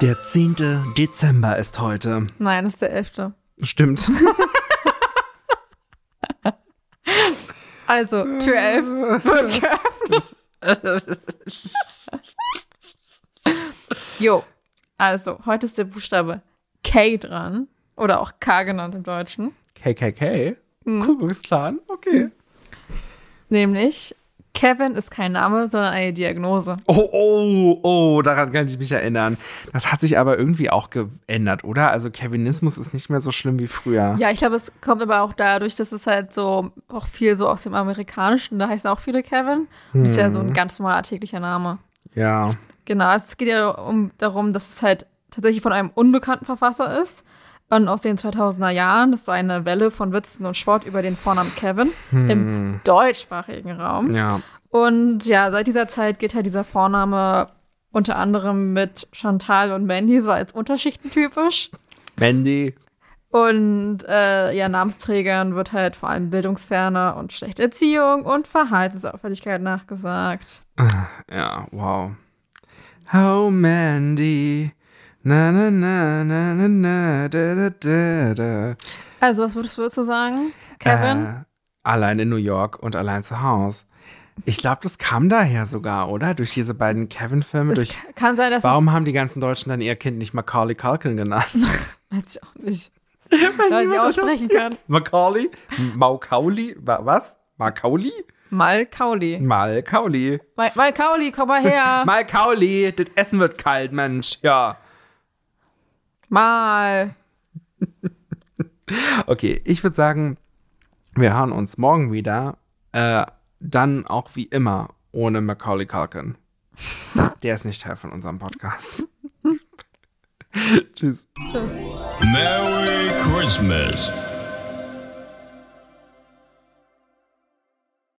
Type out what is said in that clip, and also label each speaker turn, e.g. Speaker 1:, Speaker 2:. Speaker 1: Der 10. Dezember ist heute.
Speaker 2: Nein, das ist der 11.
Speaker 1: Stimmt.
Speaker 2: Also, Tür 11 wird geöffnet. Jo, also, heute ist der Buchstabe K dran. Oder auch K genannt im Deutschen.
Speaker 1: KKK? Kuckucksklan? Okay.
Speaker 2: Nämlich, Kevin ist kein Name, sondern eine Diagnose.
Speaker 1: Oh, oh, oh, daran kann ich mich erinnern. Das hat sich aber irgendwie auch geändert, oder? Also Kevinismus ist nicht mehr so schlimm wie früher.
Speaker 2: Ja, ich glaube, es kommt aber auch dadurch, dass es halt so auch viel so aus dem Amerikanischen, da heißen auch viele Kevin. Und ist ja so ein ganz normaler alltäglicher Name.
Speaker 1: Ja.
Speaker 2: Genau, es geht ja um, darum, dass es halt tatsächlich von einem unbekannten Verfasser ist. Und aus den 2000er Jahren ist so eine Welle von Witzen und Sport über den Vornamen Kevin
Speaker 1: Hm.
Speaker 2: im deutschsprachigen Raum.
Speaker 1: Ja.
Speaker 2: Und ja, seit dieser Zeit geht halt dieser Vorname unter anderem mit Chantal und Mandy so als unterschichtentypisch.
Speaker 1: Mandy.
Speaker 2: Und äh, ja, Namensträgern wird halt vor allem bildungsferne und schlechte Erziehung und Verhaltensauffälligkeit nachgesagt.
Speaker 1: Ja, wow. Oh, Mandy. Na, na, na, na, na, na, da, da, da, da.
Speaker 2: Also, was würdest du dazu sagen, Kevin?
Speaker 1: Äh, allein in New York und allein zu Hause. Ich glaube, das kam daher sogar, oder? Durch diese beiden Kevin-Filme.
Speaker 2: es
Speaker 1: Durch
Speaker 2: k- kann sein, dass
Speaker 1: Warum haben die ganzen Deutschen dann ihr Kind nicht Macaulay Culkin genannt?
Speaker 2: es. Weiß ich auch nicht. Weil sie aussprechen kann.
Speaker 1: Macaulay? Macaulay? Wa- Was? Macaulay?
Speaker 2: Malkauli.
Speaker 1: Malkauli.
Speaker 2: Mal- Malkauli, komm mal her.
Speaker 1: Malkauli, das Essen wird kalt, Mensch. Ja.
Speaker 2: Mal.
Speaker 1: Okay, ich würde sagen, wir hören uns morgen wieder. Äh, dann auch wie immer ohne Macaulay Culkin. Der ist nicht Teil von unserem Podcast. Tschüss.
Speaker 2: Tschüss.
Speaker 3: Merry Christmas.